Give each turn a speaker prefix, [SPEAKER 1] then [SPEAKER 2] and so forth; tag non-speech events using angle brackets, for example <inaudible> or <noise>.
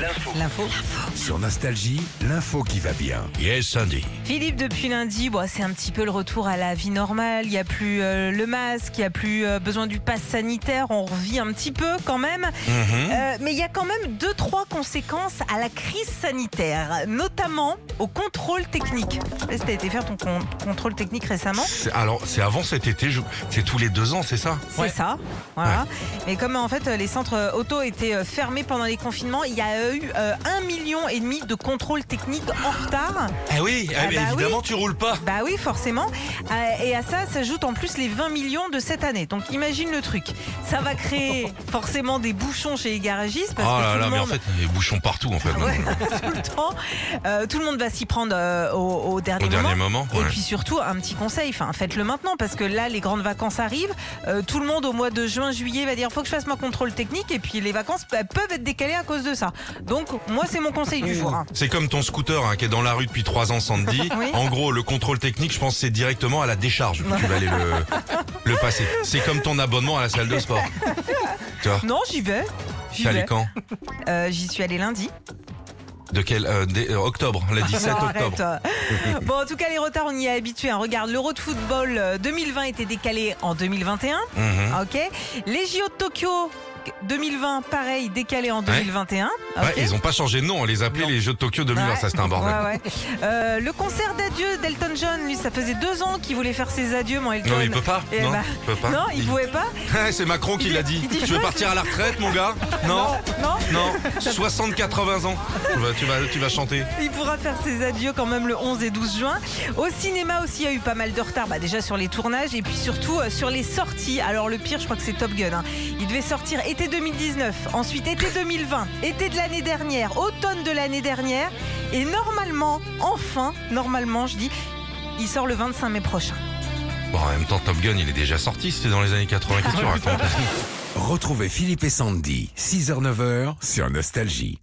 [SPEAKER 1] L'info.
[SPEAKER 2] L'info.
[SPEAKER 3] Sur Nostalgie, l'info qui va bien. Yes, Sandy.
[SPEAKER 2] Philippe, depuis lundi, bon, c'est un petit peu le retour à la vie normale. Il n'y a plus euh, le masque, il n'y a plus euh, besoin du pass sanitaire. On revit un petit peu quand même. Euh, mais il y a quand même deux, trois conséquences à la crise sanitaire, notamment au contrôle technique. Je sais pas si t'as été faire ton con- contrôle technique récemment.
[SPEAKER 3] C'est- Alors, c'est avant cet été, je- c'est tous les deux ans, c'est ça
[SPEAKER 2] C'est ça. Voilà. Mais comme en fait les centres auto étaient euh, fermés pendant les confinements, il y a eu euh, un million et demi de contrôles techniques en retard.
[SPEAKER 3] Eh oui, eh
[SPEAKER 2] Ah
[SPEAKER 3] ben,
[SPEAKER 2] bah
[SPEAKER 3] évidemment, tu roules pas.
[SPEAKER 2] Bah oui, forcément. Euh, et à ça s'ajoutent en plus les 20 millions de cette année. Donc imagine le truc. Ça
[SPEAKER 3] <laughs>
[SPEAKER 2] va créer forcément des bouchons chez les garagistes parce
[SPEAKER 3] oh
[SPEAKER 2] que
[SPEAKER 3] là
[SPEAKER 2] tout
[SPEAKER 3] là,
[SPEAKER 2] le
[SPEAKER 3] mais en
[SPEAKER 2] monde Ah
[SPEAKER 3] fait, il y a des bouchons partout en fait.
[SPEAKER 2] <laughs> Ouais, <laughs> tout le temps. Euh, tout le monde va s'y prendre euh, au, au dernier
[SPEAKER 3] Au
[SPEAKER 2] moment.
[SPEAKER 3] dernier moment.
[SPEAKER 2] Et
[SPEAKER 3] ouais.
[SPEAKER 2] puis surtout, un petit conseil, enfin, faites-le maintenant parce que là, les grandes vacances arrivent. Euh, tout le monde au mois de juin, juillet va dire faut que je fasse mon contrôle technique et puis les vacances bah, peuvent être décalées à cause de ça. Donc, moi, c'est mon conseil du jour. hein.
[SPEAKER 3] C'est comme ton scooter hein, qui est dans la rue depuis trois ans, Sandy.
[SPEAKER 2] <laughs> Oui.
[SPEAKER 3] En gros, le contrôle technique, je pense, c'est directement à la décharge que tu vas aller
[SPEAKER 2] <laughs>
[SPEAKER 3] le, le passer. C'est comme ton abonnement à la salle de sport. Tu vois
[SPEAKER 2] Non, j'y vais. J'y
[SPEAKER 3] T'es allé
[SPEAKER 2] vais.
[SPEAKER 3] quand
[SPEAKER 2] Euh, j'y suis allée lundi.
[SPEAKER 3] De quel euh, dé- euh, Octobre,
[SPEAKER 2] Ah,
[SPEAKER 3] le 17
[SPEAKER 2] Non,
[SPEAKER 3] octobre.
[SPEAKER 2] arrête. bon, en tout cas, les retards, on y est habitué. hein. Regarde, l'Euro de football euh, 2020 était décalé en 2021.
[SPEAKER 3] Mhm.
[SPEAKER 2] Ok. Les JO de Tokyo 2020, pareil, décalé en 2021.
[SPEAKER 3] Ouais,
[SPEAKER 2] Ah, ok.
[SPEAKER 3] ils ont pas changé de nom, on les appelait les Jeux de Tokyo 2020,
[SPEAKER 2] Ouais.
[SPEAKER 3] ça c'était un bordel.
[SPEAKER 2] Ouais, ouais. Euh, le concert d'adieu d'Elton John, lui, ça faisait deux ans qu'il voulait faire ses adieux, mon Elton.
[SPEAKER 3] Non, mais il peut pas.
[SPEAKER 2] Eh
[SPEAKER 3] non,
[SPEAKER 2] bah,
[SPEAKER 3] il peut pas.
[SPEAKER 2] Non, il
[SPEAKER 3] <laughs>
[SPEAKER 2] pouvait pas.
[SPEAKER 3] Ah, C'est Macron qui
[SPEAKER 2] Il
[SPEAKER 3] l'a dit.
[SPEAKER 2] dit- il dit,
[SPEAKER 3] Tu
[SPEAKER 2] je
[SPEAKER 3] veux
[SPEAKER 2] veux
[SPEAKER 3] partir à la retraite, mon gars Non,
[SPEAKER 2] Non,
[SPEAKER 3] non. 60-80 ans. Tu vas, tu vas, tu vas chanter.
[SPEAKER 2] il pourra faire ses adieux quand même le 11 et 12 juin. Au cinéma aussi, il y a eu pas mal de retard, bah, déjà sur les tournages et puis surtout euh, sur les sorties. Alors le pire, je crois que c'est Top Gun. hein. Il devait sortir été 2019, ensuite été 2020, été de l'année dernière, automne de l'année dernière. Et normalement, enfin, normalement, je dis, il sort le 25 mai prochain.
[SPEAKER 3] Bon, en même temps, Top Gun, il est déjà sorti. C'était dans les années
[SPEAKER 2] Ah
[SPEAKER 3] 80. Qu'est-ce que tu racontes
[SPEAKER 4] Retrouvez Philippe et Sandy, 6h-9h sur Nostalgie.